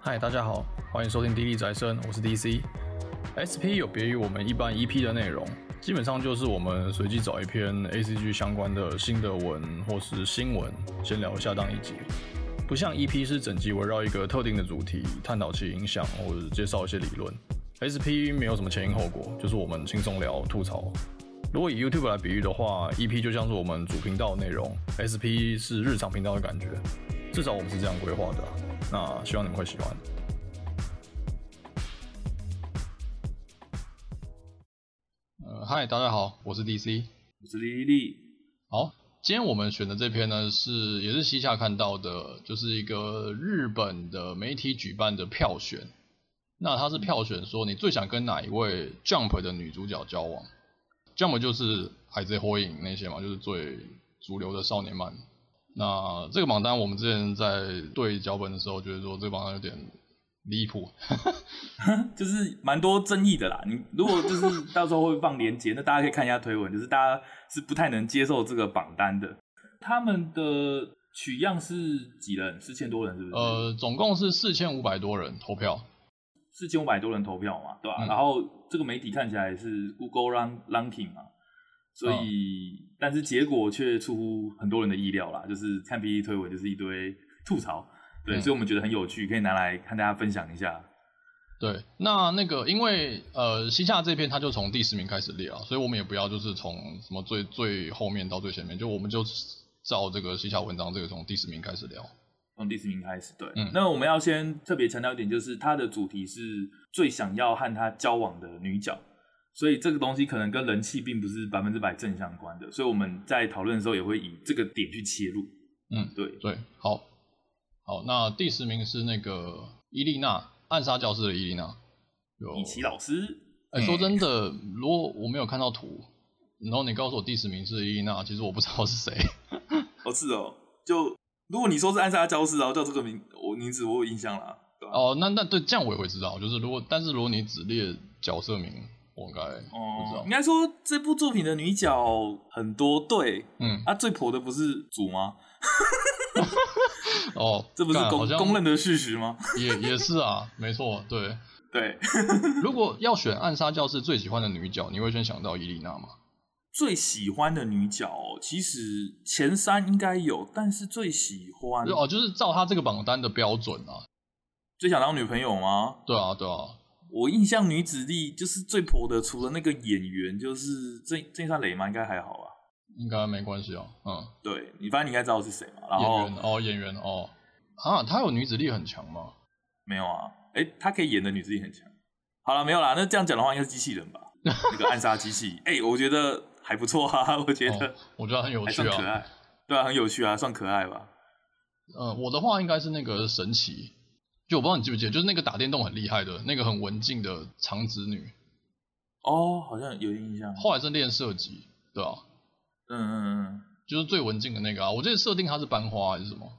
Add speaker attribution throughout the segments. Speaker 1: 嗨，大家好，欢迎收听《迪力宅生》，我是 DC。SP 有别于我们一般 EP 的内容，基本上就是我们随机找一篇 ACG 相关的新的文或是新闻，先聊一下当一集。不像 EP 是整集围绕一个特定的主题，探讨其影响或者介绍一些理论。SP 没有什么前因后果，就是我们轻松聊吐槽。如果以 YouTube 来比喻的话，EP 就像是我们主频道的内容，SP 是日常频道的感觉，至少我们是这样规划的啊、那希望你们会喜欢。呃，嗨，大家好，我是 DC。
Speaker 2: 我是李丽，
Speaker 1: 好，今天我们选的这篇呢是也是西夏看到的，就是一个日本的媒体举办的票选。那它是票选说你最想跟哪一位 Jump 的女主角交往？Jump 就是海贼火影那些嘛，就是最主流的少年漫。那这个榜单我们之前在对脚本的时候，觉得说这个榜单有点离谱，
Speaker 2: 就是蛮多争议的啦。你如果就是 到时候会放链接，那大家可以看一下推文，就是大家是不太能接受这个榜单的。他们的取样是几人？四千多人是不是？，
Speaker 1: 呃，总共是四千五百多人投票，
Speaker 2: 四千五百多人投票嘛，对吧、
Speaker 1: 嗯
Speaker 2: 然后这个媒体看起来是 Google Rank Ranking 嘛，所以、
Speaker 1: 嗯
Speaker 2: 但是结果却出乎很多人的意料啦，就是看 PPT 推文就是一堆吐槽，对，
Speaker 1: 嗯
Speaker 2: 所以我们觉得很有趣，可以拿来看大家分享一下。
Speaker 1: 对，那那个因为呃西夏这篇他就从第十名开始列啊，所以我们也不要就是从什么最最后面到最前面，就我们就照这个西夏文章这个从第十名开始聊。
Speaker 2: 从第四名开始，对。
Speaker 1: 嗯
Speaker 2: 那我们要先特别强调一点，就是它的主题是最想要和他交往的女角，所以这个东西可能跟人气并不是百分之百正相关的，所以我们在讨论的时候也会以这个点去切入。
Speaker 1: 嗯，
Speaker 2: 对，
Speaker 1: 对，好，好，那第十名是那个伊丽娜，暗杀教室的伊丽娜。有
Speaker 2: 以奇老嗯师，
Speaker 1: 哎、说真的，如果我没有看到图，然后你告诉我第十名是伊丽娜，其实我不知道是谁。
Speaker 2: 哦是哦，就如果你说是暗杀教室，然后叫这个名我名字，我有印象啦，对吧？
Speaker 1: 哦，那那对这样我也会知道，就是如果但是如果你只列角色名，哦我应该不知道。
Speaker 2: 应该说这部作品的女角很多对，
Speaker 1: 嗯，
Speaker 2: 啊，最婆的不是主吗？
Speaker 1: 哦，
Speaker 2: 这不是
Speaker 1: 干好
Speaker 2: 公
Speaker 1: 像
Speaker 2: 公认的事实吗？
Speaker 1: 也也是啊，没错，对。
Speaker 2: 对，
Speaker 1: 如果要选暗杀教室最喜欢的女角，你会先想到伊丽娜吗？
Speaker 2: 最喜欢的女角哦、其实前三应该有，但是最喜欢
Speaker 1: 就哦，就是照她这个榜单的标准啊，
Speaker 2: 最想当女朋友吗？
Speaker 1: 对啊，对啊，
Speaker 2: 我印象女子力就是最婆的，除了那个演员，就是郑郑善磊嘛，应该还好吧？
Speaker 1: 应该没关系哦，嗯，
Speaker 2: 对你，反正你应该知道是谁嘛。然
Speaker 1: 演
Speaker 2: 后
Speaker 1: 员哦，演员哦，啊，她有女子力很强吗？
Speaker 2: 没有啊，哎、她可以演的女子力很强。好了，没有啦，那这样讲的话，应该是机器人 吧？那个暗杀机器，哎、我觉得还不错啊， 我觉
Speaker 1: 哦
Speaker 2: 得，
Speaker 1: 我觉得很有
Speaker 2: 还
Speaker 1: 趣
Speaker 2: 算可
Speaker 1: 啊。
Speaker 2: 爱，对啊，很有趣啊，算可爱吧？
Speaker 1: 呃，我的话应该是那个神奇，就我不知道你记不记得，就是那个打电动很厉害的那个很文静的长子女，
Speaker 2: 哦，好像有点印象。
Speaker 1: 后来是练射击，对啊，
Speaker 2: 嗯嗯嗯。
Speaker 1: 就是最文静的那个啊。我记得设定它是班花还是什么。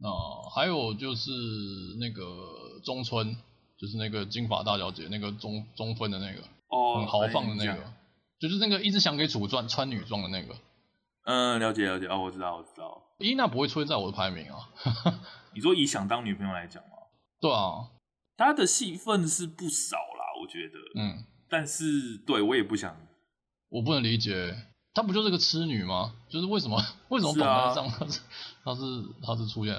Speaker 1: 那、还有就是那个中村，就是那个金发大小姐，那个中中分的那个，
Speaker 2: 哦，
Speaker 1: 很豪放的
Speaker 2: 哎
Speaker 1: 那
Speaker 2: 你
Speaker 1: 个，就是那个一直想给楚传穿女装的那个。
Speaker 2: 嗯，了解了解，哦，我知道我知道。
Speaker 1: 伊娜不会出现在我的排名啊，
Speaker 2: 你说以想当女朋友来讲嘛，
Speaker 1: 对啊，
Speaker 2: 她的戏份是不少啦，我觉得。
Speaker 1: 嗯，
Speaker 2: 但是对我也不想，
Speaker 1: 我不能理解，她不就是个痴女吗？就是为什么为什么
Speaker 2: 是
Speaker 1: 榜单
Speaker 2: 啊
Speaker 1: 上她是她是她是出现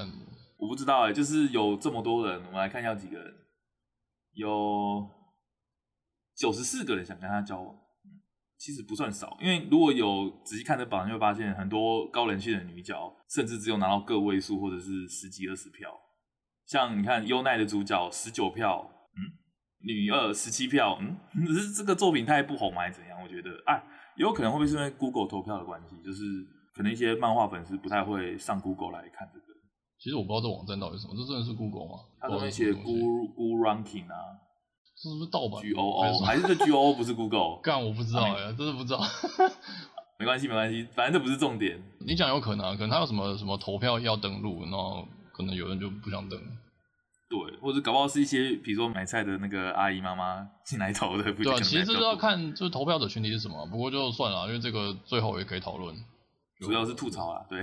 Speaker 2: 我不知道哎、就是有这么多人，我们来看一下有几个人，有九十四个人想跟她交往，嗯其实不算少，因为如果有仔细看这榜，就会发现很多高人气的女角，甚至只有拿到个位数或者是十几二十票。像你看优奈的主角十九票，嗯，女二十七票，嗯， 只是这个作品太不红吗还是怎样？我觉得，哎，也有可能会不会是因为 Google 投票的关系，就是可能一些漫画粉丝不太会上 Google 来看这个。
Speaker 1: 其实我不知道这网站到底是什么，这真的是 Google 吗？
Speaker 2: 它上
Speaker 1: 不
Speaker 2: 面
Speaker 1: 知
Speaker 2: 写
Speaker 1: 道这是什么东西
Speaker 2: Goo Goo Ranking 啊
Speaker 1: 这是不是盗版
Speaker 2: ，G O
Speaker 1: 还是
Speaker 2: O
Speaker 1: 什么
Speaker 2: 还是这 G O O 不是 Google？
Speaker 1: 干我不知道
Speaker 2: 啊
Speaker 1: 哎、真的不知道。
Speaker 2: 没关系没关系，反正这不是重点。
Speaker 1: 你讲有可能、啊，可能他有什么什么投票要登录，然后可能有人就不想登。
Speaker 2: 对，或者搞不好是一些比如说买菜的那个阿姨妈妈进来投的，不
Speaker 1: 对
Speaker 2: 一定
Speaker 1: 啊，其实这
Speaker 2: 可能比较
Speaker 1: 是要
Speaker 2: 多
Speaker 1: 看就是投票者群体是什么啊，不过就算了啊，因为这个最后也可以讨论。
Speaker 2: 主要是吐槽啦，对。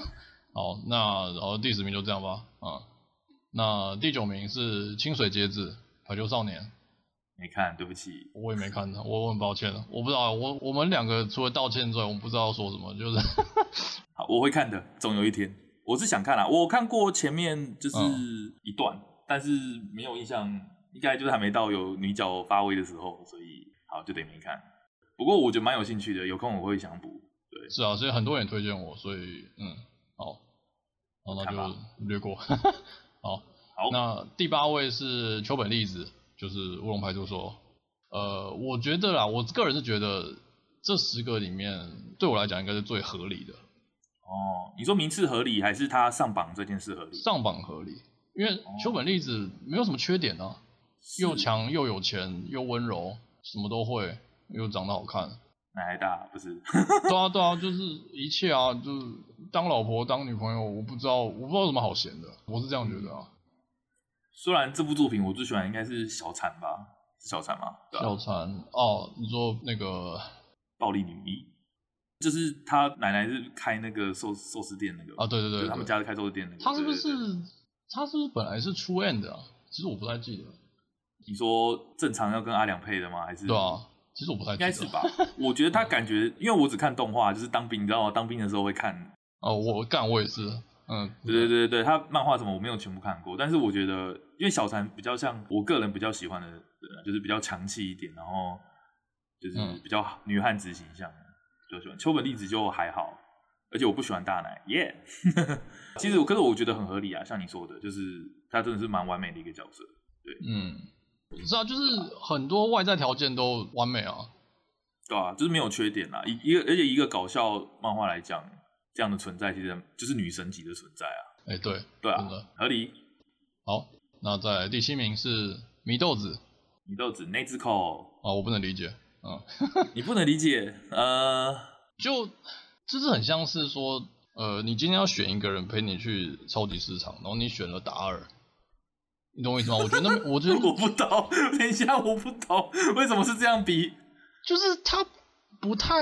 Speaker 1: 好，那然后第十名就这样吧，啊、那第九名是清水节子，排球少年，
Speaker 2: 没看，对不起，
Speaker 1: 我也没看到，我我很抱歉了，我不知道，我我们两个除了道歉之外，我们不知道说什么，就是
Speaker 2: 好，我会看的，总有一天。我是想看啦、我看过前面就是
Speaker 1: 嗯
Speaker 2: 一段，但是没有印象，应该就是还没到有女角发威的时候，所以好就得没看。不过我觉得蛮有兴趣的，有空我会想补。
Speaker 1: 是啊，所以很多人也推荐我，所以嗯，好，好那
Speaker 2: 看吧
Speaker 1: 就略过。 好，
Speaker 2: 好
Speaker 1: 那第八位是秋本丽子，就是乌龙派出所。呃，我觉得啦，我个人是觉得这十个里面，对我来讲应该是最合理的，
Speaker 2: 哦，你说名次合理还是他上榜这件事合理？
Speaker 1: 上榜合理，因为
Speaker 2: 哦
Speaker 1: 秋本丽子没有什么缺点啊，又
Speaker 2: 是，
Speaker 1: 强又有钱又温柔，什么都会，又长得好看，
Speaker 2: 奶还大不是？
Speaker 1: 对啊，对啊，就是一切啊，就是当老婆当女朋友，我不知道，我不知道有什么好闲的，我是这样觉得啊。
Speaker 2: 虽然这部作品我最喜欢应该是小产吧，是小产吗？对吧、
Speaker 1: 小
Speaker 2: 啊
Speaker 1: 婵啊哦，你说那个
Speaker 2: 暴力女一，就是他奶奶是开那个寿寿司店那个
Speaker 1: 啊，对对
Speaker 2: 就
Speaker 1: 对
Speaker 2: 是
Speaker 1: 对，
Speaker 2: 他们家是开寿司店那个。
Speaker 1: 他是不
Speaker 2: 对
Speaker 1: 是
Speaker 2: 对对
Speaker 1: 他是不是本来是出 N 的啊？其实我不太记得，
Speaker 2: 你说正常要跟阿良配的吗？还是
Speaker 1: 对啊，嗯其实我不太
Speaker 2: 嗯应
Speaker 1: 记得，
Speaker 2: 该是吧。我觉得 他感觉，因为我只看动画，就是当兵，你知道吗？当兵的时候会看。
Speaker 1: 哦，我干我也是，嗯，
Speaker 2: 对对对对，他漫画什么我没有全部看过，但是我觉得，因为小蝉比较像我个人比较喜欢的人啊，就是比较强气一点，然后就是
Speaker 1: 嗯
Speaker 2: 比较女汉子形象，比较喜欢。秋本丽子就还好，而且我不喜欢大奶，耶、 其实我，可是我觉得很合理啊，像你说的，就是他真的是蛮完美的一个角色。
Speaker 1: 嗯，是啊，就是很多外在条件都完美啊，
Speaker 2: 对啊，就是没有缺点啦。一一个，而且一个搞笑漫画来讲，这样的存在其实就是女神级的存在啊。
Speaker 1: 哎，对，
Speaker 2: 对
Speaker 1: 真
Speaker 2: 啊
Speaker 1: 的，
Speaker 2: 合理。
Speaker 1: 好，那在第七名是祢豆子
Speaker 2: 米豆子 n a t s c o
Speaker 1: 啊，我不能理解，嗯。
Speaker 2: 你不能理解，呃，
Speaker 1: 就就是很像是说，呃，你今天要选一个人陪你去超级市场，然后你选了达尔，你懂我意思吗？我觉得那没我觉得
Speaker 2: 我不懂。等一下，我不懂为什么是这样比。
Speaker 1: 就是他不太，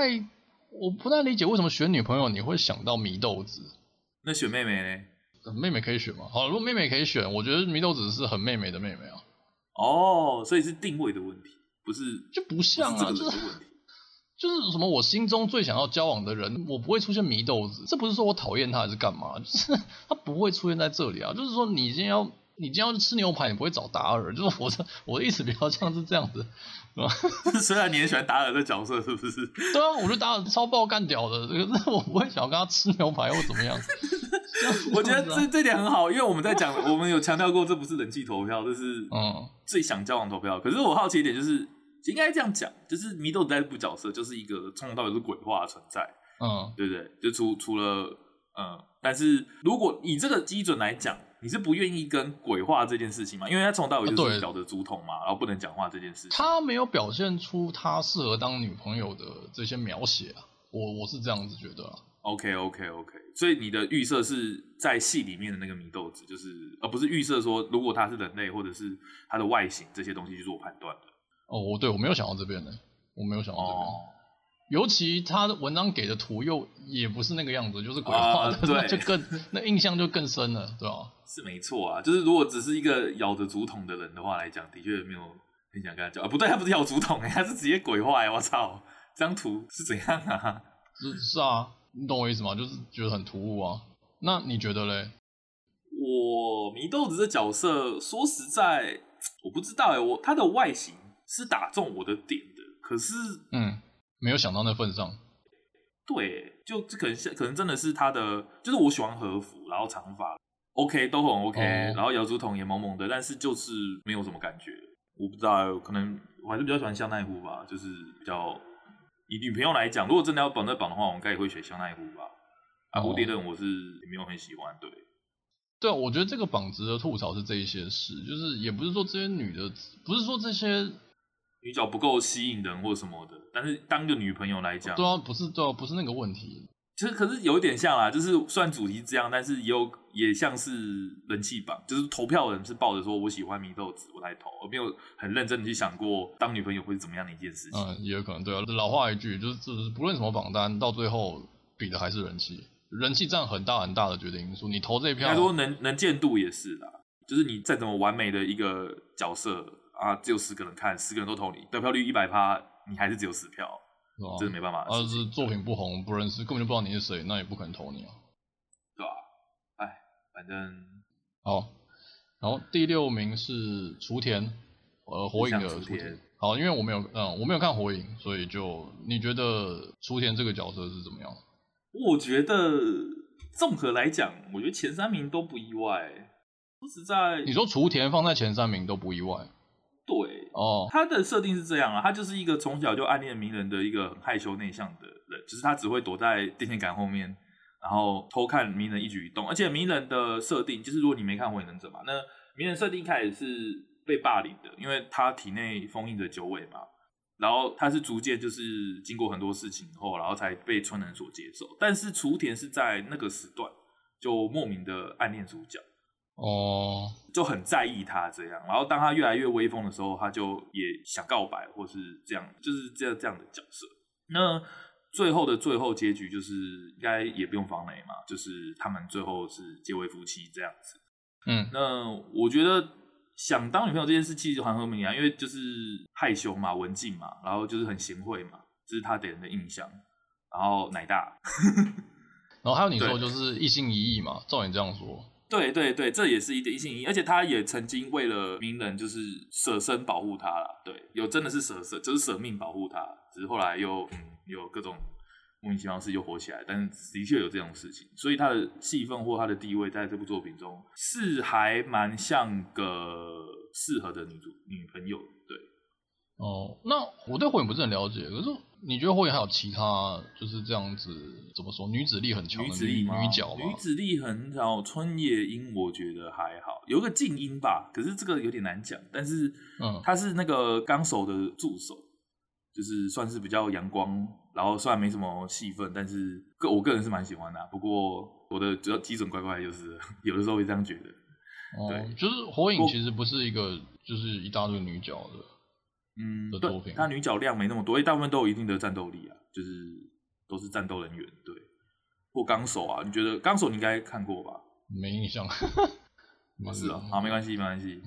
Speaker 1: 我不太理解为什么选女朋友你会想到祢豆子。
Speaker 2: 那雪妹妹呢？
Speaker 1: 呃妹妹可以选吗？好，如果妹妹可以选，我觉得祢豆子是很妹妹的妹妹啊，
Speaker 2: 哦，所以是定位的问题，不是
Speaker 1: 就不像啊，
Speaker 2: 不是
Speaker 1: 就
Speaker 2: 这个人
Speaker 1: 是
Speaker 2: 的问题。
Speaker 1: 就是什么我心中最想要交往的人，我不会出现祢豆子。这不是说我讨厌他还是干嘛，就是他不会出现在这里啊。就是说你今天要你今天要去吃牛排，你不会找达尔。就是我的我的意思比较像是这样子。
Speaker 2: 虽然你很喜欢达尔的角色，是 不是？
Speaker 1: 对啊，我觉得达尔超爆干屌的，可是我不会想要跟他吃牛排或怎么样。
Speaker 2: 我觉得
Speaker 1: 这样子啊
Speaker 2: 这这点很好，因为我们 在讲，我们有强调过，这不是人气投票，这是
Speaker 1: 啊
Speaker 2: 最想交往投票。可是我好奇一点就是，应该这样讲，就是祢豆子在这部角色就是一个从头到尾都是鬼话的存在，
Speaker 1: 嗯嗯
Speaker 2: 对不对？就除除了嗯，但是如果以这个基准来讲，你是不愿意跟鬼话这件事情嘛？因为他从头到尾就
Speaker 1: 啊对
Speaker 2: 是咬着竹筒嘛，然后不能讲话这件事情。
Speaker 1: 他没有表现出他适合当女朋友的这些描写啊，我我是这样子觉得啊。
Speaker 2: OK OK OK，所以你的预设是在戏里面的那个祢豆子，就是而不是预设说如果他是人类或者是他的外形这些东西去做判断的。
Speaker 1: 哦，我对我没有想到这边呢，我没有想到这边。
Speaker 2: 哦，
Speaker 1: 尤其他的文章给的图又也不是那个样子，就是鬼画的，
Speaker 2: 啊
Speaker 1: 那就
Speaker 2: 对
Speaker 1: 更那印象就更深了，对吧、
Speaker 2: 是没错啊，就是如果只是一个咬着竹筒的人的话来讲，的确没有很想跟他讲啊。不对，他不是咬竹筒、欸，他是直接鬼话、欸，我操！这张图是怎样啊？
Speaker 1: 是是啊，你懂我意思吗？就是觉得很突兀啊。那你觉得嘞？
Speaker 2: 我祢豆子这角色，说实在，我不知道哎、我他的外形是打中我的点的，可是
Speaker 1: 嗯，没有想到那份上。
Speaker 2: 对，就这可能是可能真的是他的，就是我喜欢和服，然后长发，OK 都很 OK，、
Speaker 1: 哦
Speaker 2: 然后咬竹筒也萌萌的，但是就是没有什么感觉。我不知道，欸可能我还是比较喜欢香奈乎吧，就是比较以女朋友来讲，如果真的要绑这绑的话，我应该也会选香奈乎吧。啊，
Speaker 1: 哦
Speaker 2: 蝴蝶刃我是也没有很喜欢，对，
Speaker 1: 对啊，我觉得这个榜值得吐槽是这一些事，就是也不是说这些女的，不是说这些
Speaker 2: 女角不够吸引人或什么的。但是当个女朋友来讲，
Speaker 1: 对啊，不是对啊，不是那个问题。
Speaker 2: 就是可是有一点像啦，就是虽然主题这样，但是也有也像是人气榜，就是投票人是抱着说我喜欢祢豆子，我来投，而没有很认真的去想过当女朋友会是怎么样的一件事情。
Speaker 1: 嗯，也有可能对啊。老话一句，就是就是不论什么榜单，到最后比的还是人气，人气占很大很大的决定因素。你投这一
Speaker 2: 应
Speaker 1: 票
Speaker 2: 该，说能能见度也是啦，就是你再怎么完美的一个角色啊，只有十个人看，十个人都投你，得票率一百趴，你还是只有十票，这
Speaker 1: 是
Speaker 2: 是
Speaker 1: 吧？
Speaker 2: 没办法的
Speaker 1: 啊，
Speaker 2: 事
Speaker 1: 就是作品不红，不认识，根本就不知道你是谁，那也不可能投你啊。
Speaker 2: 对吧、哎，反正
Speaker 1: 好，然后第六名是雏田，呃，火影的雏
Speaker 2: 像雏田
Speaker 1: 田。好，因为我没有，嗯，我没有看火影，所以就你觉得雏田这个角色是怎么样？
Speaker 2: 我觉得综合来讲，我觉得前三名都不意外。说实在，
Speaker 1: 你说雏田放在前三名都不意外
Speaker 2: 对，
Speaker 1: 哦，
Speaker 2: 他的设定是这样啊，他就是一个从小就暗恋鸣人的一个很害羞内向的人，就是他只会躲在电线杆后面，然后偷看鸣人一举一动。而且鸣人的设定就是，如果你没看《火影忍者》嘛，那鸣人设定一开始是被霸凌的，因为他体内封印着九尾嘛。然后他是逐渐就是经过很多事情后，然后才被村人所接受。但是雏田是在那个时段就莫名的暗恋主角。
Speaker 1: 哦，
Speaker 2: 就很在意他这样。然后当他越来越威风的时候，他就也想告白，或是这样，就是这样这样的角色。那最后的最后结局就是应该也不用防雷嘛，就是他们最后是结为夫妻这样子。
Speaker 1: 嗯，
Speaker 2: 那我觉得想当女朋友这件事其实很合理啊，因为就是害羞嘛、文静嘛，然后就是很贤惠嘛，这是他给人的印象。然后奶大，
Speaker 1: 然后还有你说
Speaker 2: 对
Speaker 1: 就是一心一意嘛，照你这样说，
Speaker 2: 对对对，这也是一点一心一意，而且他也曾经为了鸣人就是舍身保护他啦，对，有真的是舍舍就是舍命保护他，只是后来又嗯有各种莫名其妙的事又火起来，但是的确有这种事情，所以他的戏份或他的地位在这部作品中是还蛮像个适合的女主女朋友，对，
Speaker 1: 哦，那我对火影不是很了解，可是你觉得火影还有其他就是这样子怎么说女子力很强
Speaker 2: 女
Speaker 1: 的
Speaker 2: 子
Speaker 1: 女
Speaker 2: 力吗
Speaker 1: 女角吗
Speaker 2: 女？子力很少，春野樱我觉得还好，有一个静音吧，可是这个有点难讲。但是，
Speaker 1: 嗯
Speaker 2: 她是那个纲手的助手，就是算是比较阳光，然后虽然没什么戏份，但是个我个人是蛮喜欢的啊、不过我的主要基准乖乖就是 有的时候会这样觉得，
Speaker 1: 哦
Speaker 2: 对，
Speaker 1: 就是火影
Speaker 2: 我
Speaker 1: 其实不是一个就是一大堆女角的，
Speaker 2: 嗯
Speaker 1: 的，作品
Speaker 2: 对，她女角量没那么多，因为大部分都有一定的战斗力啊，就是都是战斗人员，对，或纲手啊，你觉得纲手你应该看过吧？
Speaker 1: 没印 象。
Speaker 2: 啊是啊，好，没关系，没关
Speaker 1: 嗯
Speaker 2: 系。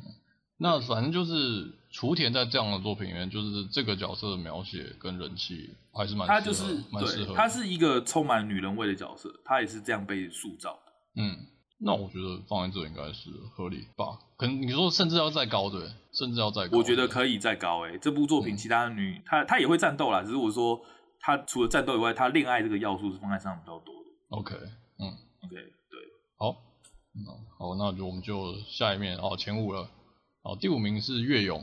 Speaker 1: 那反正就是雏田在这样的作品里面，就是这个角色的描写跟人气还是蛮
Speaker 2: 她
Speaker 1: 适
Speaker 2: 就是
Speaker 1: 合蛮适合
Speaker 2: 对，
Speaker 1: 的。
Speaker 2: 她是一个充满女人味的角色，她也是这样被塑造的。
Speaker 1: 嗯，那我觉得放在这应该是合理吧？可能你说甚至要再高对，甚至要再高。
Speaker 2: 我觉得
Speaker 1: 以。
Speaker 2: 可以再高哎、这部作
Speaker 1: 嗯
Speaker 2: 品其他的女，她她也会战斗啦，只是我说她除了战斗以外，她恋爱这个要素是放在上面比较多的。
Speaker 1: OK，
Speaker 2: OK，对，
Speaker 1: 好，嗯好，那就我们就下一面哦，前五了。好，第五名是月勇，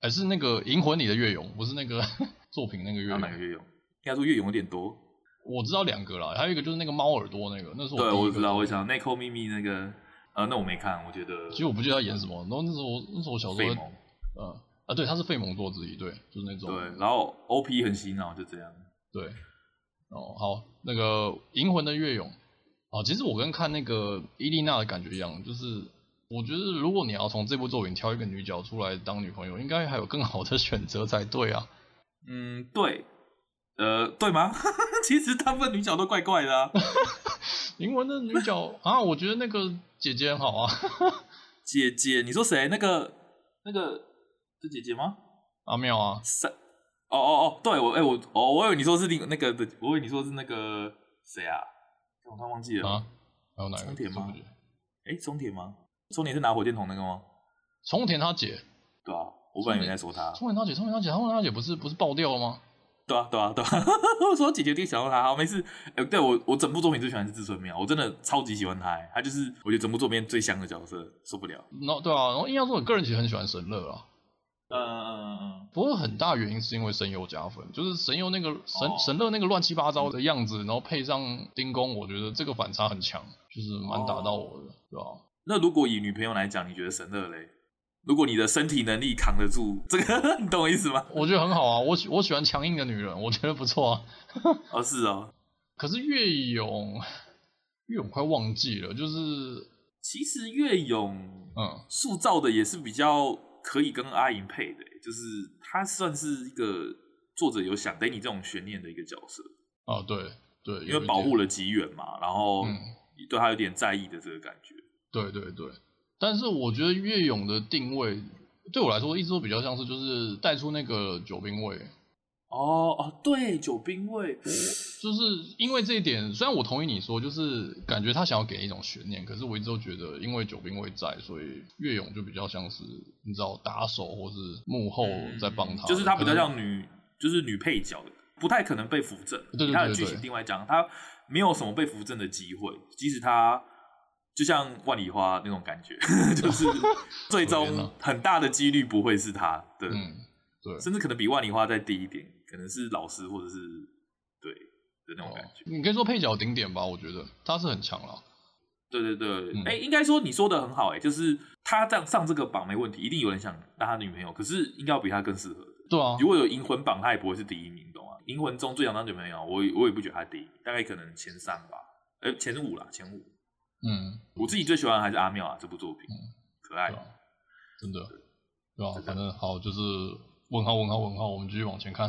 Speaker 1: 还是那个《银魂》里的月勇，不是那个 作品那个月
Speaker 2: 啊然后哪
Speaker 1: 勇
Speaker 2: 个。月勇？应该说月勇有点多。
Speaker 1: 我知道两个啦，还有一个就是那个猫耳朵那个，那是我
Speaker 2: 对，
Speaker 1: 哦第一
Speaker 2: 我
Speaker 1: 个
Speaker 2: 知道，
Speaker 1: 作
Speaker 2: 我
Speaker 1: 品
Speaker 2: 想内扣秘密那个，呃，那我没看，我觉得
Speaker 1: 其实我不记得他演什么，然后那时候我那时候我小时
Speaker 2: 费
Speaker 1: 候在，
Speaker 2: 蒙
Speaker 1: 呃啊，对，他是费蒙做之一，对，就是那种
Speaker 2: 对，然后 OP 很洗脑，就这样。
Speaker 1: 对哦，好，那个《银魂》的月勇啊，其实我跟看那个伊丽娜的感觉一样，就是我觉得如果你要从这部作品挑一个女角出来当女朋友，应该还有更好的选择才对啊。
Speaker 2: 嗯，对，呃，对吗？ 其实大部分女角都怪怪的啊。
Speaker 1: 银魂的女 角啊，我觉得那个姐姐很好啊，
Speaker 2: 姐姐，你说谁？那个那个是姐姐吗？
Speaker 1: 阿妙啊，
Speaker 2: 三哦哦哦，对我哎、我哦我以为你说是另那个的，我以为你说是那个谁啊？我突然忘记了
Speaker 1: 啊。还有哪个？
Speaker 2: 松田吗
Speaker 1: 对不对？
Speaker 2: 哎、松田吗？松田是拿火箭筒那个吗？
Speaker 1: 松田他姐，
Speaker 2: 对啊，我本来
Speaker 1: 松
Speaker 2: 也
Speaker 1: 田
Speaker 2: 在说他。
Speaker 1: 松田他姐，松田他姐，松田他姐不是不是爆掉了吗？
Speaker 2: 对啊对啊对啊， 我说姐姐一定想到他，好没事。哎、对我我整部作品最喜欢是志村妙，我真的超级喜欢他、哎他就是我觉得整部作品最香的角色，受不了。
Speaker 1: 然后对啊，然后硬要说，我个人其实很喜欢神乐啊，
Speaker 2: 嗯嗯嗯
Speaker 1: 不过很大原因是因为神游加分，就是神游那个神、
Speaker 2: 哦
Speaker 1: 神乐那个乱七八糟的样子，然后配上丁工，我觉得这个反差很强，就是蛮打到我
Speaker 2: 哦
Speaker 1: 的，对吧、
Speaker 2: 那如果以女朋友来讲，你觉得神乐嘞？如果你的身体能力扛得住 这个，你懂我意思吗？
Speaker 1: 我觉得很好啊，我喜我喜欢强硬的女人，我觉得不错啊。
Speaker 2: 哦，是哦，
Speaker 1: 可是岳勇，岳勇快忘记了，就是
Speaker 2: 其实月勇
Speaker 1: 嗯，
Speaker 2: 塑造的也是比较可以跟阿银配的、欸就是他算是一个作者有想给你这种悬念的一个角色，
Speaker 1: 啊对对，
Speaker 2: 因
Speaker 1: 有
Speaker 2: 为
Speaker 1: 一
Speaker 2: 保
Speaker 1: 点
Speaker 2: 护了吉远嘛，然后
Speaker 1: 嗯
Speaker 2: 对他有点在意的这个感觉。
Speaker 1: 对对对，但是我觉得乐勇的定位对我来说一直都比较像是就是带出那个酒兵味，
Speaker 2: 哦哦，对，九兵卫，
Speaker 1: 就是因为这一点，虽然我同意你说，就是感觉他想要给一种悬念，可是我一直都觉得，因为九兵卫在，所以乐勇就比较像是你知道打手或是幕后在帮他，
Speaker 2: 嗯就是他比较
Speaker 1: 可
Speaker 2: 像女，就是女配角，不太可能被扶正。
Speaker 1: 对对对
Speaker 2: 以他的
Speaker 1: 对
Speaker 2: 剧
Speaker 1: 对
Speaker 2: 情定外讲，他没有什么被扶正的机会，即使他就像万里花那种感觉， 就是 最
Speaker 1: 可怜啊
Speaker 2: 终很大的几率不会是他对，
Speaker 1: 能。嗯，对，
Speaker 2: 甚至可能比万里花再低一点，可能是老师或者是对的那种感觉。
Speaker 1: 嗯你可以说配角顶点吧，我觉得他是很强了。
Speaker 2: 对对对，
Speaker 1: 嗯
Speaker 2: 哎、应该说你说的很好、哎，就是他这样上这个榜没问题，一定有人想当他女朋友，可是应该要比他更适合。
Speaker 1: 对啊，
Speaker 2: 如果有银魂榜，他也不会是第一名，你懂吗？银魂中最强当女朋友，我也我也不觉得他第一，大概可能前三吧，呃，前五啦，前五。
Speaker 1: 嗯，
Speaker 2: 我自己最喜欢的还是阿妙啊，这部作品可爱
Speaker 1: 对。啊，真的，对啊，反正好就是问号问号问号，我们继续往前看。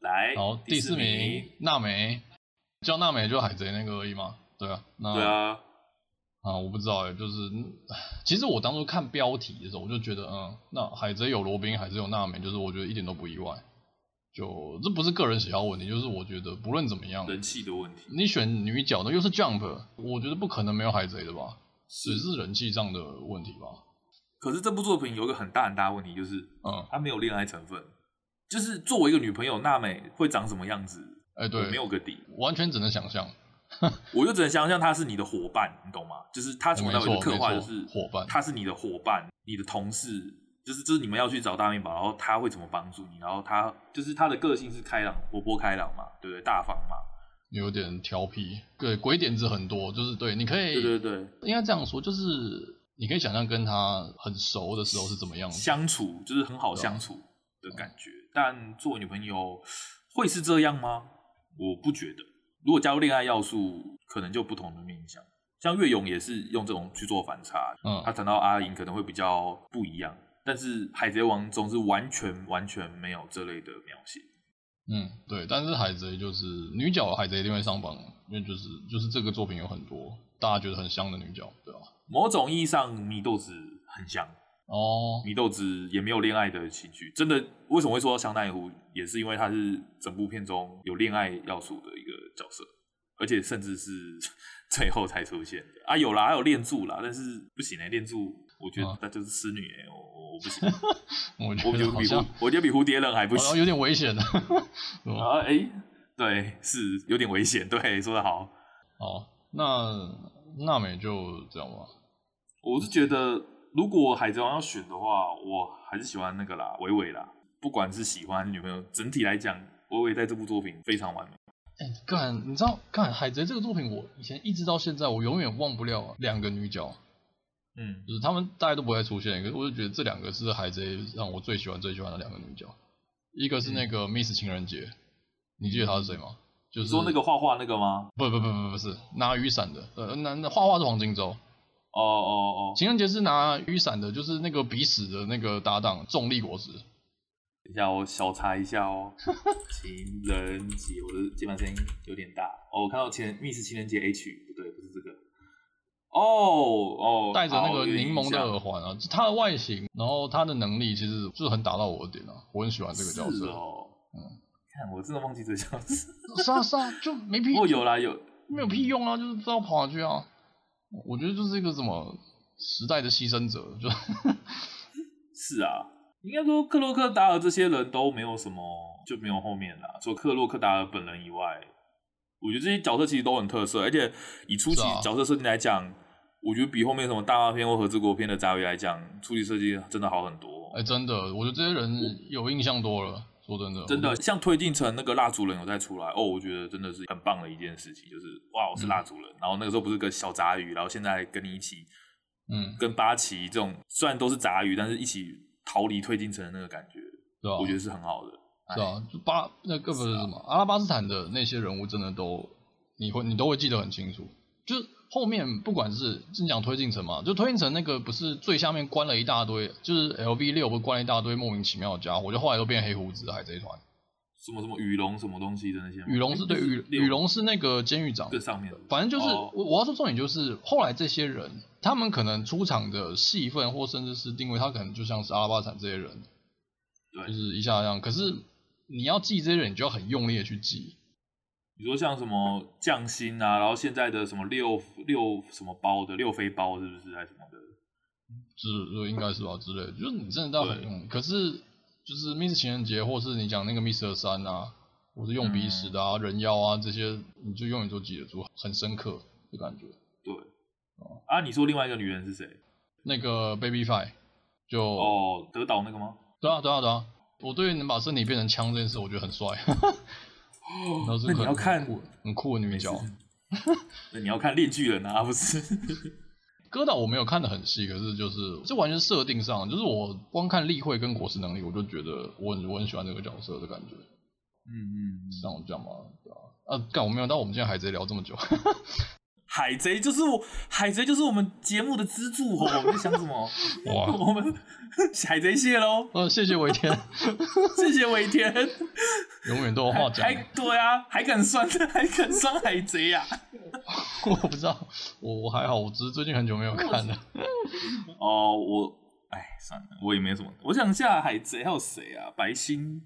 Speaker 2: 来，
Speaker 1: 好，第四名
Speaker 2: 哎名，
Speaker 1: 娜美，叫娜美就海贼那个而已嘛。对啊，那
Speaker 2: 对啊，
Speaker 1: 啊，我不知道哎、就是嗯其实我当初看标题的时候，我就觉得，嗯，那海贼有罗宾，海贼有娜美，就是我觉得一点都不意外。就这不是个人喜好问题，就是我觉得不论怎么样，
Speaker 2: 人气的问题
Speaker 1: 你选女角呢又是 Jump，我觉得不可能没有海贼的吧，只。是人气上的问题吧。
Speaker 2: 可是这部作品有一个很大很大的问题，就是
Speaker 1: 嗯，
Speaker 2: 它没有恋爱成分，就是作为一个女朋友，娜美会长什么样子，
Speaker 1: 哎、
Speaker 2: 我
Speaker 1: 对，
Speaker 2: 没有个底。
Speaker 1: 完全只能想象。
Speaker 2: 我就只能想象他是你的伙伴，你懂吗？就是他从头到尾
Speaker 1: 没
Speaker 2: 的
Speaker 1: 错
Speaker 2: 刻画
Speaker 1: 没
Speaker 2: 就
Speaker 1: 错
Speaker 2: 是
Speaker 1: 伙伴
Speaker 2: 他是你的伙伴，你的同事，就是就是你们要去找大面包，然后他会怎么帮助你，然后他就是他的个性是开朗、活泼开朗嘛，对不对？大方嘛，
Speaker 1: 有点调皮，对，鬼点子很多，就是对，你可以
Speaker 2: 对对对，
Speaker 1: 应该这样说，就是你可以想象跟他很熟的时候是怎么样子。
Speaker 2: 相处就是很好相处
Speaker 1: 嗯
Speaker 2: 的感觉。但做女朋友会是这样吗？我不觉得。如果加入恋爱要素，可能就不同的面向。像岳勇也是用这种去做反差，
Speaker 1: 嗯
Speaker 2: 他谈到阿银可能会比较不一样，但是《海贼王》中是完全完全没有这类的描写。
Speaker 1: 嗯，对，但是海贼就是女角，海贼一定会上榜，因为就是就是这个作品有很多大家觉得很香的女角，对吧、
Speaker 2: 某种意义上，米豆子很像，
Speaker 1: 哦，
Speaker 2: 米豆子也没有恋爱的情绪。真的，为什么会说到香奈乎，也是因为他是整部片中有恋爱要素的一个角色，而且甚至是 最后才出现的啊。有啦，还有恋柱啦，但是不行哎、欸，恋柱我觉
Speaker 1: 啊
Speaker 2: 得那就是痴女哎、我我我不 行，
Speaker 1: 我觉
Speaker 2: 我觉
Speaker 1: 得
Speaker 2: 得
Speaker 1: 好
Speaker 2: 比
Speaker 1: 像
Speaker 2: 蝴
Speaker 1: 好
Speaker 2: 我觉得比蝴蝶人还不
Speaker 1: 像
Speaker 2: 行
Speaker 1: 有点危险的。对吧
Speaker 2: 啊哎、欸对，是有点危险，对，说的好。
Speaker 1: 好，那娜美就这样吧。
Speaker 2: 我是觉得，如果海贼王要选的话，我还是喜欢那个啦，伟伟啦。不管是喜欢还是女朋友，整体来讲，伟伟在这部作品非常完美。
Speaker 1: 哎、干，你知道干海贼这个作品，我以前一直到现在，我永远忘不了啊两个女角，
Speaker 2: 嗯，
Speaker 1: 就是她们大概都不会出现，可是我就觉得这两个是海贼让我最喜欢最喜欢的两个女角，一个是
Speaker 2: 嗯
Speaker 1: 那个 Miss 情人节，你记得她是谁吗？就是
Speaker 2: 你说那个画画那个吗？
Speaker 1: 不不不不不是拿雨伞的，呃，那那画画是黄金周，
Speaker 2: 哦哦哦，
Speaker 1: 情人节是拿雨伞的，就是那个鼻屎的那个搭档重力果实，
Speaker 2: 等一下，我小查一下哦。情人节，我的键盘声音有点大。哦，我看到情人密室情人节 H，不对，不是这个。哦哦，
Speaker 1: 戴着那
Speaker 2: 好
Speaker 1: 个
Speaker 2: 有点
Speaker 1: 柠檬的
Speaker 2: 印象
Speaker 1: 耳环啊，就她的外形，然后她的能力其实就是很打到我的点啊，我很喜欢这个角
Speaker 2: 是
Speaker 1: 色。
Speaker 2: 哦。嗯，看我真的忘记这个角色。
Speaker 1: 是啊是啊，就没屁
Speaker 2: 哦，有啦有，
Speaker 1: 没有屁用啊，就是不知道跑哪去啊。我觉得就是一个什么时代的牺牲者，就
Speaker 2: 是啊，应该说克洛克达尔这些人都没有什么，就没有后面啦。除了克洛克达尔本人以外，我觉得这些角色其实都很特色，而且以初期
Speaker 1: 是啊
Speaker 2: 角色设定来讲，我觉得比后面什么大骂片或合资国片的杂鱼来讲，初期设计真的好很多。
Speaker 1: 哎、真的，我觉得这些人有印象多了。说真的，
Speaker 2: 真的，像推进成那个蜡烛人有再出来哦，我觉得真的是很棒的一件事情，就是哇，我是蜡烛人，然后那个时候不是个小杂鱼，然后现在跟你一起
Speaker 1: 嗯，
Speaker 2: 跟八旗这种虽然都是杂鱼，但是一起逃离推进城的那个感觉，
Speaker 1: 对啊，
Speaker 2: 我觉得是很好的。
Speaker 1: 是
Speaker 2: 哎啊
Speaker 1: 啊，就巴那个不是什么、阿拉巴斯坦的那些人物，真的都你会你都会记得很清楚。就是后面不管是你讲推进层嘛，就推进层那个不是最下面关了一大堆，就是 L V 六不是关了一大堆莫名其妙的家伙，就后来都变黑胡子海贼团。
Speaker 2: 什么什么羽龙什么东西的那些吗，
Speaker 1: 羽龙是对羽羽龙是那个监狱长，
Speaker 2: 更上面的，
Speaker 1: 反正就是、
Speaker 2: 哦
Speaker 1: 我我要说重点就是后来这些人，他们可能出场的戏份或甚至是定位，他可能就像是阿拉巴坦这些人，
Speaker 2: 对
Speaker 1: 就是一下这样。可是你要记这些人，你就要很用力的去记。
Speaker 2: 你说像什么匠心啊，然后现在的什么六六什么包的六飞包是不是还是什么的？
Speaker 1: 是，是应该是吧之类的，就是你真的要很
Speaker 2: 对
Speaker 1: 用力。可是就是 Miss 情人节，或是你讲那个 Mister 三啊，我是用鼻屎的
Speaker 2: 嗯
Speaker 1: 啊、人妖啊这些，你就永远都记得住，很深刻的感觉。
Speaker 2: 对，
Speaker 1: 哦
Speaker 2: 啊，你说另外一个女人是谁？
Speaker 1: 那个 Baby Five 就
Speaker 2: 哦，德岛那个吗？
Speaker 1: 对啊，对啊，对啊！我对能把身体变成枪这件事，我觉得很 帅。然后是
Speaker 2: 那你
Speaker 1: 很
Speaker 2: 要看
Speaker 1: 很酷很酷的女角。
Speaker 2: 那你要看恋巨人啊，不是？
Speaker 1: 歌岛我没有看得很细，可是就是这完全是设定上，就是我光看例会跟果实能力，我就觉得我很我很喜欢这个角色的感觉。
Speaker 2: 嗯嗯，
Speaker 1: 像我这样嘛，对啊。啊，干我没有，到我们今天还在聊这么 久。
Speaker 2: 海贼就是我，海贼就是我们节目的支柱哦。我们在想什么？
Speaker 1: 哇！
Speaker 2: 我们 海贼蟹喽，
Speaker 1: 呃，谢谢我一 天，
Speaker 2: 谢谢尾田。
Speaker 1: 永远都有话讲
Speaker 2: 还。对啊，还敢酸， 还敢酸海贼啊？
Speaker 1: 我不知道，我我还好，我只是最近很久没有看了。
Speaker 2: 哦，我哎，算了，我也没什么。我想下海贼还有谁啊？白星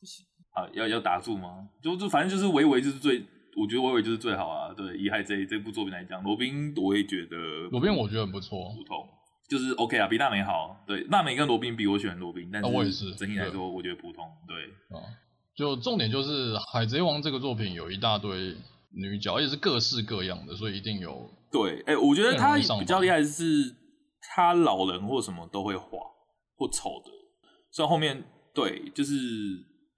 Speaker 2: 不行啊，要要打住吗？就就反正就是维维就是最，我觉得维维就是最好啊。对，以海贼这部作品来讲，罗宾我也觉得
Speaker 1: 罗宾我觉得很不错，
Speaker 2: 普通，就是 OK 啊，比娜美好。对，娜美跟罗宾比，我喜欢罗宾，但是
Speaker 1: 啊我也是
Speaker 2: 整体来说，我觉得普通。对，
Speaker 1: 啊，就重点就是《海贼王》这个作品有一大堆女角，而且是各式各样的，所以一定有
Speaker 2: 对，哎、我觉得他
Speaker 1: 更容易上榜
Speaker 2: 比较厉害的是，他老人或什么都会画或丑的，虽然后面对就是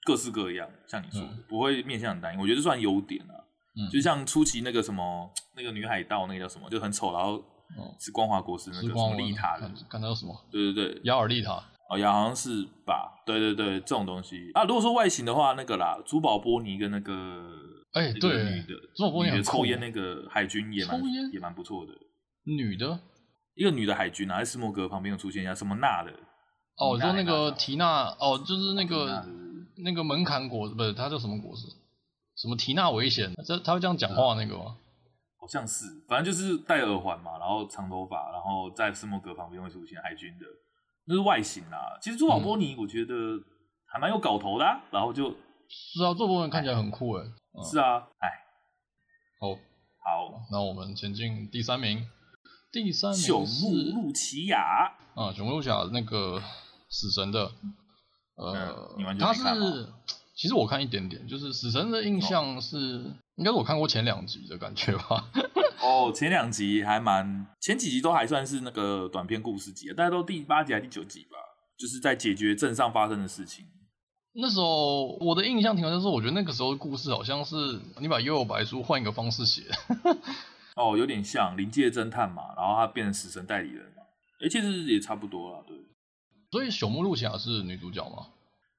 Speaker 2: 各式各样，像你说的，
Speaker 1: 嗯
Speaker 2: 不会面向很单一，我觉得算优点啊。
Speaker 1: 嗯
Speaker 2: 就像初期那个什么那个女海盗，那个叫什么，就很丑，然后
Speaker 1: 嗯
Speaker 2: 是光华国师那个
Speaker 1: 时
Speaker 2: 什
Speaker 1: 光
Speaker 2: 么
Speaker 1: 文嗯
Speaker 2: 丽塔的
Speaker 1: 看，看到什么
Speaker 2: 对对对，
Speaker 1: 雅尔丽塔，
Speaker 2: 哦，也好像是吧，对对对，这种东西啊。如果说外形的话，那个啦，珠宝波尼跟那个
Speaker 1: 哎、
Speaker 2: 那个女
Speaker 1: 对，
Speaker 2: 的，
Speaker 1: 珠宝波尼
Speaker 2: 女
Speaker 1: 很
Speaker 2: 的
Speaker 1: 酷欸
Speaker 2: 抽烟那个海军也蛮
Speaker 1: 抽烟
Speaker 2: 也蛮不错的。
Speaker 1: 女的
Speaker 2: 一个女的海军啊，在斯莫格旁边有出现一下什么娜的，
Speaker 1: 哦，你说那
Speaker 2: 娜
Speaker 1: 个
Speaker 2: 娜啊
Speaker 1: 缇娜哦，就是那
Speaker 2: 娜
Speaker 1: 个
Speaker 2: 是不是
Speaker 1: 那个门槛果不是，她叫什么果实？什么缇娜危险？这她会这样讲话那个吗？
Speaker 2: 好像是，反正就是戴耳环嘛，然后长头发，然后在斯莫格旁边会出现海军的，那是外形啦。其实珠宝波尼我觉得还蛮有搞头的啊、然后就、
Speaker 1: 是啊，这部分看起来很酷哎。嗯
Speaker 2: 是啊，哎，
Speaker 1: 好，
Speaker 2: 好，
Speaker 1: 那我们前进第三名，第三
Speaker 2: 朽
Speaker 1: 名是
Speaker 2: 木露琪亚，
Speaker 1: 啊，熊路侠那个死神的，呃
Speaker 2: 嗯，你完全
Speaker 1: 他
Speaker 2: 没
Speaker 1: 是
Speaker 2: 看哦吗
Speaker 1: 其实我看一点点，就是死神的印象是，应该是我看过前两集的感觉吧。
Speaker 2: 哦，前两集还蛮，前几集都还算是那个短篇故事集，大概都第八集还是第九集吧，就是在解决镇上发生的事情。
Speaker 1: 那时候我的印象停留在是，我觉得那个时候的故事好像是你把幽游白书换一个方式写，
Speaker 2: 哦，有点像临界侦探嘛，然后他变成死神代理人嘛，哎，其实也差不多啦，对。
Speaker 1: 所以朽木露霞是女主角 嘛？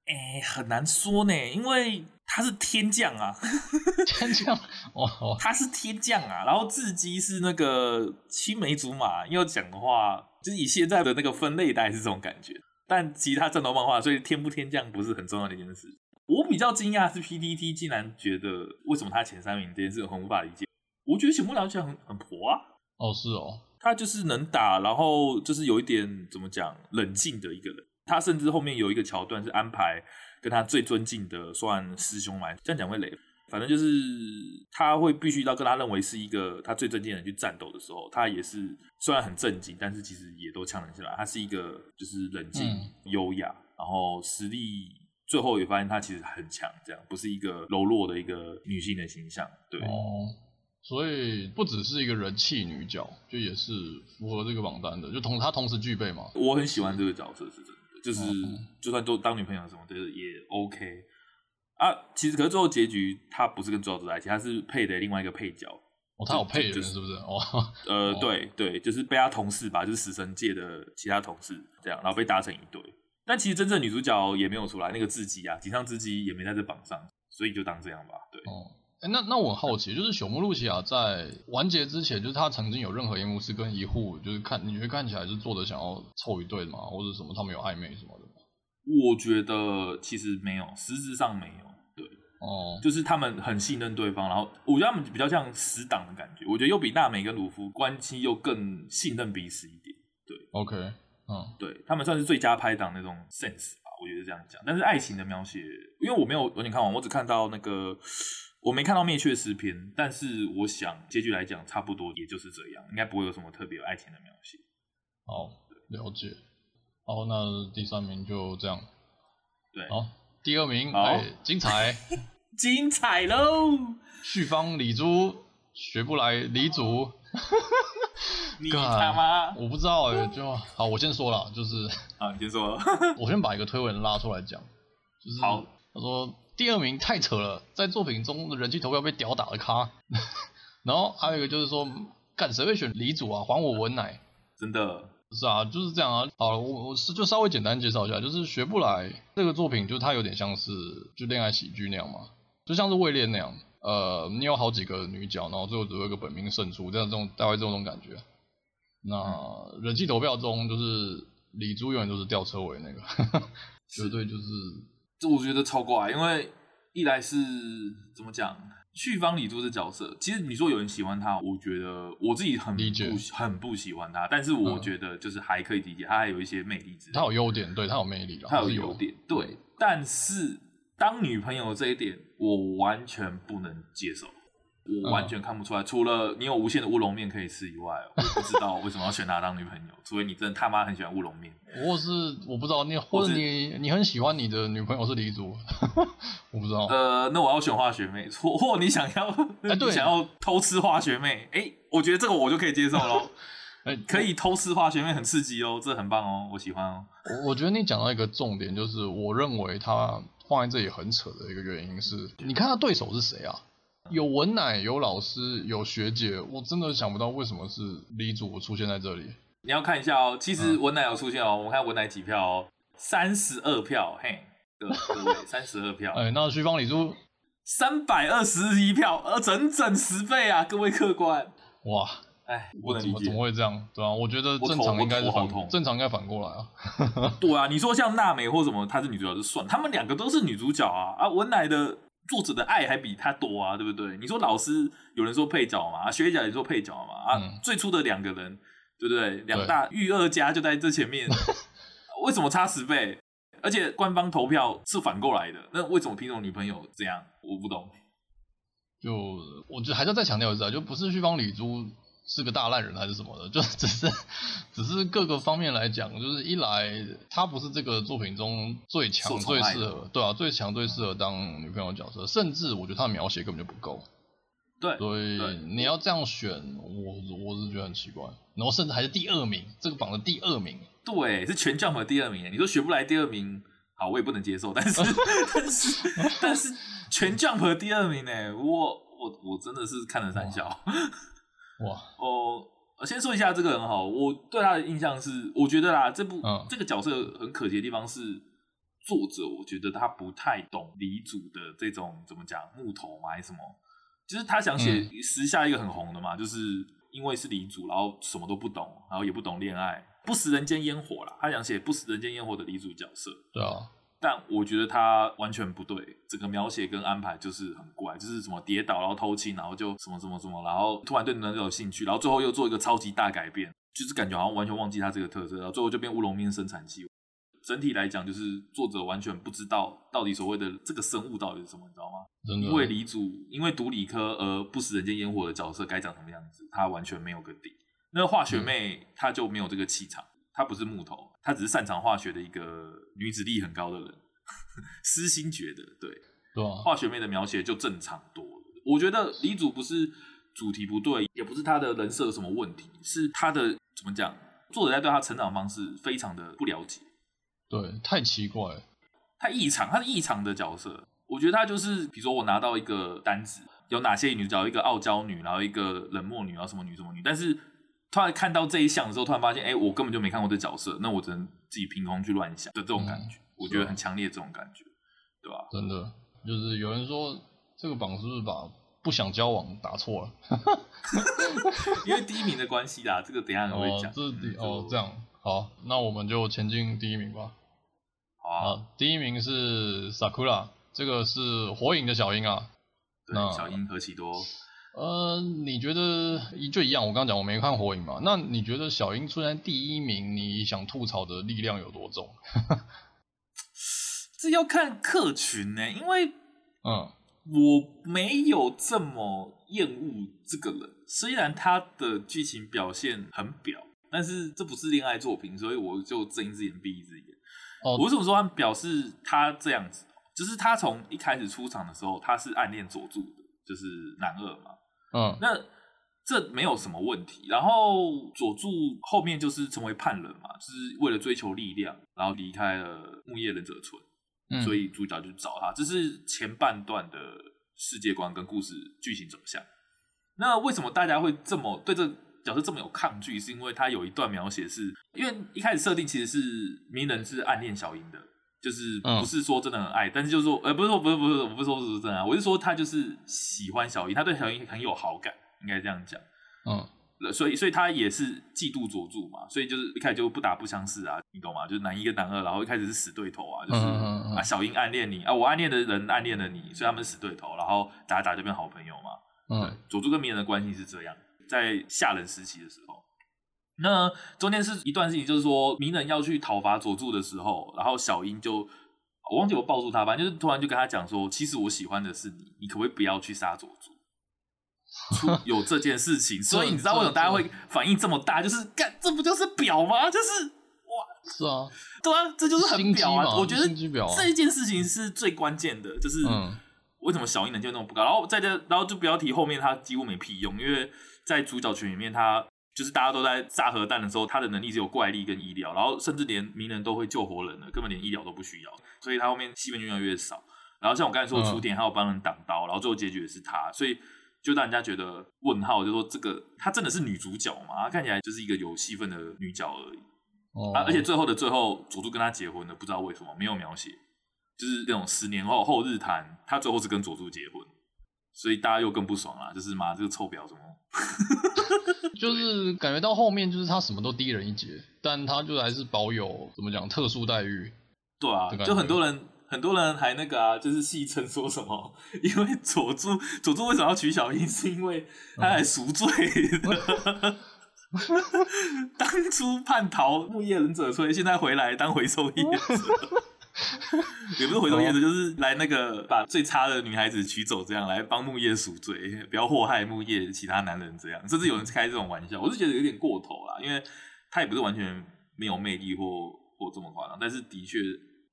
Speaker 2: 哎，很难说呢，因为他是天降啊，
Speaker 1: 天降哦哦，
Speaker 2: 他是天降啊，然后智基是那个青梅竹马，要讲的话，就是以现在的那个分类，大概是这种感觉。但其他战斗漫画，所以天不天降不是很重要的一件事。我比较惊讶的是 PDT 竟然觉得为什么他前三名这件事我很无法理解。我觉得醒木良却很很婆啊，
Speaker 1: 哦是哦，
Speaker 2: 他就是能打，然后就是有一点怎么讲冷静的一个人。他甚至后面有一个桥段是安排跟他最尊敬的算师兄来，这样讲会累。反正就是他会必须到跟他认为是一个他最尊敬的人去战斗的时候，他也是虽然很震惊，但是其实也都呛人下来。他是一个就是冷静、
Speaker 1: 嗯
Speaker 2: 优雅，然后实力最后也发现他其实很强，这样不是一个柔弱的一个女性的形象。对，
Speaker 1: 哦，所以不只是一个人气女角，就也是符合这个榜单的，就同她同时具备嘛。
Speaker 2: 我很喜欢这个角色，是真的，就是
Speaker 1: 嗯
Speaker 2: 就算做当女朋友什么的也 OK 啊。其实，可是最后结局他不是跟主角在一起，他是配的另外一个配角。
Speaker 1: 哦，她有
Speaker 2: 就
Speaker 1: 配
Speaker 2: 就
Speaker 1: 人
Speaker 2: 是
Speaker 1: 是不是？哦，
Speaker 2: 呃，
Speaker 1: 哦
Speaker 2: 对对，就是被他同事吧，就是死神界的其他同事这样，然后被搭成一对。但其实真正女主角也没有出来，那个智姬啊，井上智姬也没在这榜上，所以就当这样吧。对，
Speaker 1: 哦，哎，那那我很好奇，就是朽木露琪亚在完结之前，就是他曾经有任何一幕是跟一户，就是看你觉得看起来是作者想要凑一对的吗？或者什么他们有暧昧什么的吗？
Speaker 2: 我觉得其实没有，实质上没有。对，
Speaker 1: 哦，
Speaker 2: 就是他们很信任对方，然后我觉得他们比较像死党的感觉。我觉得又比娜美跟鲁夫关系又更信任彼此一点。
Speaker 1: OK，嗯，
Speaker 2: 对他们算是最佳拍档那种 sense 吧，我觉得这样讲。但是爱情的描写，因为我没有完全看完，我只看到那个，我没看到灭却诗篇，但是我想结局来讲，差不多也就是这样，应该不会有什么特别有爱情的描写。
Speaker 1: 好，了解。好，那第三名就这样。
Speaker 2: 对，
Speaker 1: 好，第二名，
Speaker 2: 好
Speaker 1: 哎，精彩，
Speaker 2: 精彩喽！
Speaker 1: 旭方李珠学不来李祖。
Speaker 2: 你
Speaker 1: 干
Speaker 2: 他妈
Speaker 1: 我不知道哎、就好，我先说了，就是
Speaker 2: 啊，你先说。
Speaker 1: 我先把一个推文拉出来讲，就是
Speaker 2: 好
Speaker 1: 他说第二名太扯了，在作品中的人气投票被屌打的咖， 然后还有一个就是说，干谁会选李主啊？还我文奶！
Speaker 2: 真的，
Speaker 1: 是啊，就是这样啊。好了，我我是就稍微简单介绍一下，就是学不来这个作品，就是它有点像是就恋爱喜剧那样嘛，就像是位恋那样。呃，你有好几个女角，然后最后只有一个本命胜出，这样这种大概这种感觉。那人气投票中，就是李珠永远都是吊车尾那个， 绝对就是
Speaker 2: 这我觉得超怪，因为一来是怎么讲，旭方李珠这角色，其实你说有人喜欢他，我觉得我自己很
Speaker 1: 理解
Speaker 2: 不很不喜欢他，但是我
Speaker 1: 嗯
Speaker 2: 觉得就是还可以理解，他还有一些魅力之类的
Speaker 1: 她有优点，对她有魅力啦，
Speaker 2: 他有
Speaker 1: 是
Speaker 2: 优点，对，但是当女朋友这一点，我完全不能接受，我
Speaker 1: 嗯
Speaker 2: 完全看不出来。除了你有无限的乌龙面可以吃以外，我不知道为什么要选她当女朋友，除非你真的他妈很喜欢乌龙面。
Speaker 1: 或是我不知道你，或者你你很喜欢你的女朋友是李主， 我不知道。
Speaker 2: 呃，那我要选化学妹，或 或你想要，
Speaker 1: 哎对
Speaker 2: 你想要偷吃化学妹，哎、我觉得这个我就可以接受 喽。
Speaker 1: 哎
Speaker 2: 呃可以偷吃化学妹很刺激哦，这很棒哦，我喜欢哦。
Speaker 1: 我我觉得你讲到一个重点，就是我认为他放在这里很扯的一个原因是，你看他对手是谁啊？有文奶，有老师，有学姐，我真的想不到为什么是李主出现在这里。
Speaker 2: 你要看一下哦，其实
Speaker 1: 嗯
Speaker 2: 文奶有出现哦，我们看文奶几票哦，三十二票，嘿， 各各位三十二票，
Speaker 1: 哎，那徐芳李珠，
Speaker 2: 三百二十一票，呃，整整十倍啊，各位客官，
Speaker 1: 哇，
Speaker 2: 哎，不
Speaker 1: 我
Speaker 2: 能
Speaker 1: 怎
Speaker 2: 理
Speaker 1: 么怎
Speaker 2: 解。
Speaker 1: 么会这样？对啊，我觉得
Speaker 2: 我
Speaker 1: 正
Speaker 2: 头
Speaker 1: 常
Speaker 2: 我
Speaker 1: 应该是
Speaker 2: 头好
Speaker 1: 反
Speaker 2: 痛
Speaker 1: 正常应该反过来啊。
Speaker 2: 对啊，你说像娜美或什么，她是女主角就算，她们两个都是女主角啊，啊，文奶的作者的爱还比她多啊，对不对？你说老师有人说配角嘛，啊学姐也说配角嘛，啊，
Speaker 1: 嗯
Speaker 2: 最初的两个人，对不对？两大育二家就在这前面，为什么差十倍？而且官方投票是反过来的，那为什么品种女朋友这样？我不懂。
Speaker 1: 就我觉得还是要再强调一啊下，就不是旭方李珠是个大烂人还是什么的，就 只是只是各个方面来讲，就是一来他不是这个作品中最强
Speaker 2: 受宠
Speaker 1: 最
Speaker 2: 爱
Speaker 1: 适
Speaker 2: 的
Speaker 1: 合，对啊，最强最适合当女朋友的角色，甚至我觉得他的描写根本就不够，
Speaker 2: 对，
Speaker 1: 所以
Speaker 2: 对
Speaker 1: 你要这样选，我我是觉得很奇怪，然后甚至还是第二名，这个榜的第二名，
Speaker 2: 对，是全 Jump 的第二名。你说学不来第二名，好，我也不能接受。但是，但是，但是全 Jump 的第二名呢？我我我真的是看了三笑。
Speaker 1: 哇，
Speaker 2: 哦，呃先说一下这个人好，我对他的印象是，我觉得啦，这部、
Speaker 1: 嗯
Speaker 2: 这个角色很可惜的地方是，作者我觉得他不太懂李主的这种怎么讲木头嘛，还是什么，就是他想写时下一个很红的嘛，就是因为是李主，然后什么都不懂，然后也不懂恋爱，不食人间烟火啦，他想写不食人间烟火的李主角色，
Speaker 1: 对啊，
Speaker 2: 但我觉得他完全不对，整个描写跟安排就是很怪，就是什么跌倒，然后偷亲，然后就什么什么什么，然后突然对男主有兴趣，然后最后又做一个超级大改变，就是感觉好像完全忘记他这个特色，然后最后就变乌龙面生产器。整体来讲，就是作者完全不知道到底所谓的这个生物到底是什么，你知道吗？
Speaker 1: 真的
Speaker 2: 因为李主因为读理科而不食人间烟火的角色该长什么样子，他完全没有个底。那化学妹她就没有这个气场，她不是木头，她只是擅长化学的一个女子力很高的人， 私心觉得对
Speaker 1: 对啊，
Speaker 2: 化学妹的描写就正常多了。我觉得李主不是主题不对，也不是她的人设有什么问题，是她的怎么讲，作者在对她成长方式非常的不了解。
Speaker 1: 对，太奇怪了，
Speaker 2: 他异常，他是异常的角色。我觉得他就是，比如说我拿到一个单子，有哪些女角，一个傲娇女，然后一个冷漠女，然后什么女什么女，但是突然看到这一项的时候，突然发现，哎，我根本就没看过这角色，那我只能自己凭空去乱想的这种感觉，
Speaker 1: 嗯
Speaker 2: 我觉得
Speaker 1: 啊
Speaker 2: 很强烈这种感觉，对吧？
Speaker 1: 真的就是有人说这个榜是不是把不想交往，打错了。
Speaker 2: 因为第一名的关系啦，这个等一下我会
Speaker 1: 哦
Speaker 2: 讲。，
Speaker 1: 这是第
Speaker 2: 嗯
Speaker 1: 哦这，样好，那我们就前进第一名吧。
Speaker 2: 就好啊，
Speaker 1: 啊，第一名是 Sakura，这个是火影的小樱啊。
Speaker 2: 对，
Speaker 1: 那
Speaker 2: 小樱何其多，
Speaker 1: 呃，你觉得一就一样？我刚刚讲我没看火影嘛，那你觉得小樱出现第一名，你想吐槽的力量有多重？
Speaker 2: 这要看客群呢、因为
Speaker 1: 嗯，
Speaker 2: 我没有这么厌恶这个人，虽然他的剧情表现很表，但是这不是恋爱作品，所以我就睁一只眼闭一只眼。
Speaker 1: 哦
Speaker 2: 我为什么说他表示他这样子？就是他从一开始出场的时候，他是暗恋佐助的，就是男二嘛。
Speaker 1: 嗯
Speaker 2: 那这没有什么问题。然后佐助后面就是成为叛人嘛，就是为了追求力量，然后离开了木叶忍者村。
Speaker 1: 嗯，
Speaker 2: 所以主角就去找他。这是前半段的世界观跟故事剧情走向。那为什么大家会这么对这个角色这么有抗拒？是因为他有一段描写是，因为一开始设定其实是鸣人是暗恋小樱的，就是
Speaker 1: 嗯
Speaker 2: 不是说真的很爱，但是就是说，呃，不是说不是不是，我不是说不是真的爱，啊我是说他就是喜欢小樱，他对小樱很有好感，应该这样讲。
Speaker 1: 嗯
Speaker 2: 呃所以所以他也是嫉妒佐助嘛，所以就是一开始就不打不相识啊，你懂吗？就是男一跟男二，然后一开始是死对头啊，就是、
Speaker 1: 嗯嗯嗯嗯
Speaker 2: 啊小樱暗恋你啊，我暗恋的人暗恋了你，所以他们死对头，然后打一打就变好朋友嘛。对
Speaker 1: 嗯，
Speaker 2: 佐助跟鸣人的关系是这样，在下人时期的时候，那中间是一段事情，就是说鸣人要去讨伐佐助的时候，然后小樱就我忘记我抱住他，反正就是突然就跟他讲说，其实我喜欢的是你，你可不可以不要去杀佐助？出有这件事情，所以你知道为什么大家会反应这么 大？就是干，这不就是表吗？就是
Speaker 1: 是啊，
Speaker 2: 对啊，这就是很
Speaker 1: 心机
Speaker 2: 表啊！
Speaker 1: 嘛，
Speaker 2: 我觉得
Speaker 1: 心机婊啊，
Speaker 2: 这一件事情是最关键的，就是
Speaker 1: 嗯
Speaker 2: 为什么小樱能见度那么不高？然后在这，然后就不要提后面他几乎没屁用，因为在主角群里面他。就是大家都在炸核弹的时候，他的能力只有怪力跟医疗，然后甚至连鸣人都会救活人了，根本连医疗都不需要，所以他后面戏份就越来越少。然后像我刚才说，
Speaker 1: 嗯
Speaker 2: 雏田还有帮人挡刀，然后最后结局也是他，所以就让人家觉得问号，就说这个她真的是女主角吗？她看起来就是一个有戏份的女角而已。
Speaker 1: 哦，
Speaker 2: 啊，而且最后的最后，佐助跟他结婚了，不知道为什么没有描写，就是那种十年后后日谈，他最后是跟佐助结婚，所以大家又更不爽啦，就是妈这个臭婊怎么？
Speaker 1: 就是感觉到后面就是他什么都低人一截，但他就还是保有怎么讲特殊待遇，
Speaker 2: 对啊
Speaker 1: 这个，
Speaker 2: 就很多人很多人还那个啊，就是戏称说什么，因为佐助佐助为什么要娶小樱，是因为他还赎罪的。 当初叛逃木叶忍者村，现在回来当回收业者，也不是回收业者，就是来那个把最差的女孩子娶走，这样来帮木叶赎罪，不要祸害木叶其他男人这样。甚至有人开这种玩笑，我是觉得有点过头啦，因为他也不是完全没有魅力或或这么夸张，但是的确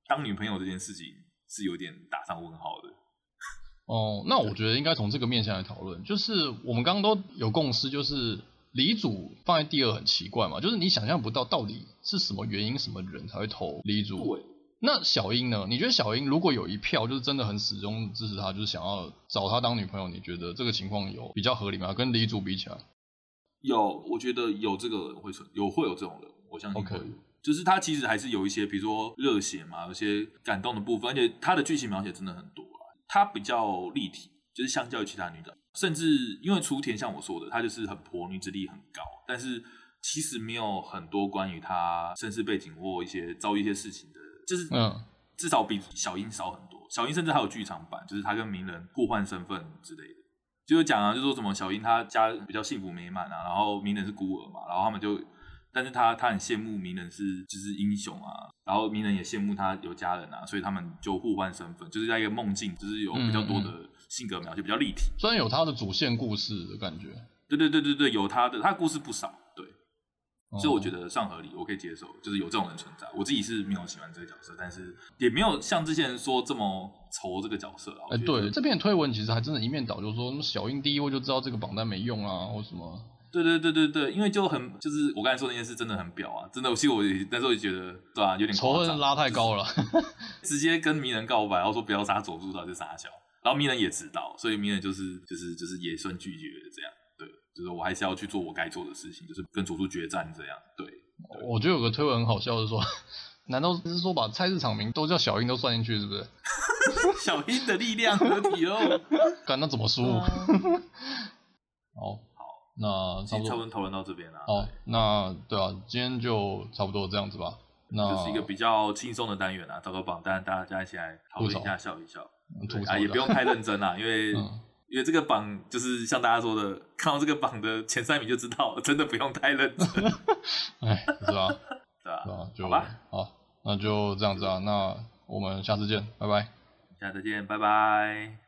Speaker 2: 当女朋友这件事情是有点打上问号的。
Speaker 1: 哦，那我觉得应该从这个面向来讨论，就是我们刚刚都有共识，就是李主放在第二很奇怪嘛，就是你想象不到到底是什么原因、什么人才会投李主。
Speaker 2: 对，
Speaker 1: 那小英呢？你觉得小英如果有一票就是真的很始终支持他，就是想要找他当女朋友，你觉得这个情况有比较合理吗？跟李主比起来，
Speaker 2: 有，我觉得有这个人会存，有会有这种人，我相信会有。
Speaker 1: OK
Speaker 2: 就是他其实还是有一些，比如说热血嘛，有一些感动的部分，而且他的剧情描写真的很多啊，他比较立体，就是相较于其他女角，甚至因为雏田像我说的，她就是很婆，女子力很高，但是其实没有很多关于她身世背景或一些遭遇一些事情的，就是
Speaker 1: 嗯
Speaker 2: 至少比小樱少很多。小樱甚至还有剧场版，就是她跟鸣人互换身份之类的。就是讲啊，就说什么小樱她家比较幸福美满啊，然后鸣人是孤儿嘛，然后他们就，但是他他很羡慕鸣人是就是英雄啊，然后鸣人也羡慕他有家人啊，所以他们就互换身份，就是在一个梦境，就是有比较多
Speaker 1: 嗯
Speaker 2: 的性格描写，比较立体。
Speaker 1: 虽然有他的主线故事的感觉，
Speaker 2: 对对对对对，有他的，他的故事不少，对，
Speaker 1: 哦
Speaker 2: 所以我觉得上合理，我可以接受，就是有这种人存在。我自己是没有喜欢这个角色，但是也没有像之前说这么愁这个角色啊。我
Speaker 1: 哎、
Speaker 2: 觉得
Speaker 1: 对，这篇推文其实还真的一面倒，就说那么小英第一位就知道这个榜单没用啊，或什么，
Speaker 2: 对对对对对，因为就很就是我刚才说那件事真的很表啊，真的，其实我也那时候也觉得对啊，有点
Speaker 1: 仇
Speaker 2: 夸张
Speaker 1: 恨拉太高了。
Speaker 2: 直接跟鸣人告白，然后说不要杀佐助，到底是傻小，然后鸣人也知道，所以鸣人就是就是就是也算拒绝了这样。对，就是我还是要去做我该做的事情，就是跟佐助决战这样。对，
Speaker 1: 我觉得有个推文很好笑，是说，难道是说把菜市场名都叫小英都算进去，是不是？
Speaker 2: 小英的力量合体 哦喽。
Speaker 1: 干那怎么输？
Speaker 2: 嗯
Speaker 1: 好，那嗯差不
Speaker 2: 今天差不
Speaker 1: 多。
Speaker 2: 多讨论到这边了，
Speaker 1: 好，那对啊，今天就差不多这样子吧。那
Speaker 2: 这是一个比较轻松的单元啊，糟糕榜单，大家一起来讨论一下，笑一笑。
Speaker 1: 吐槽
Speaker 2: 啊，也
Speaker 1: 的
Speaker 2: 不用太认真啦，因为、
Speaker 1: 嗯
Speaker 2: 因为这个榜就是像大家说的，看到这个榜的前三名就知道，真的不用太 认真，对
Speaker 1: 哎，是吧？
Speaker 2: 吧
Speaker 1: 对？吧？就
Speaker 2: 好吧
Speaker 1: 好，啊那就这样子啊。那我们下次见，拜拜。
Speaker 2: 下次见，拜拜。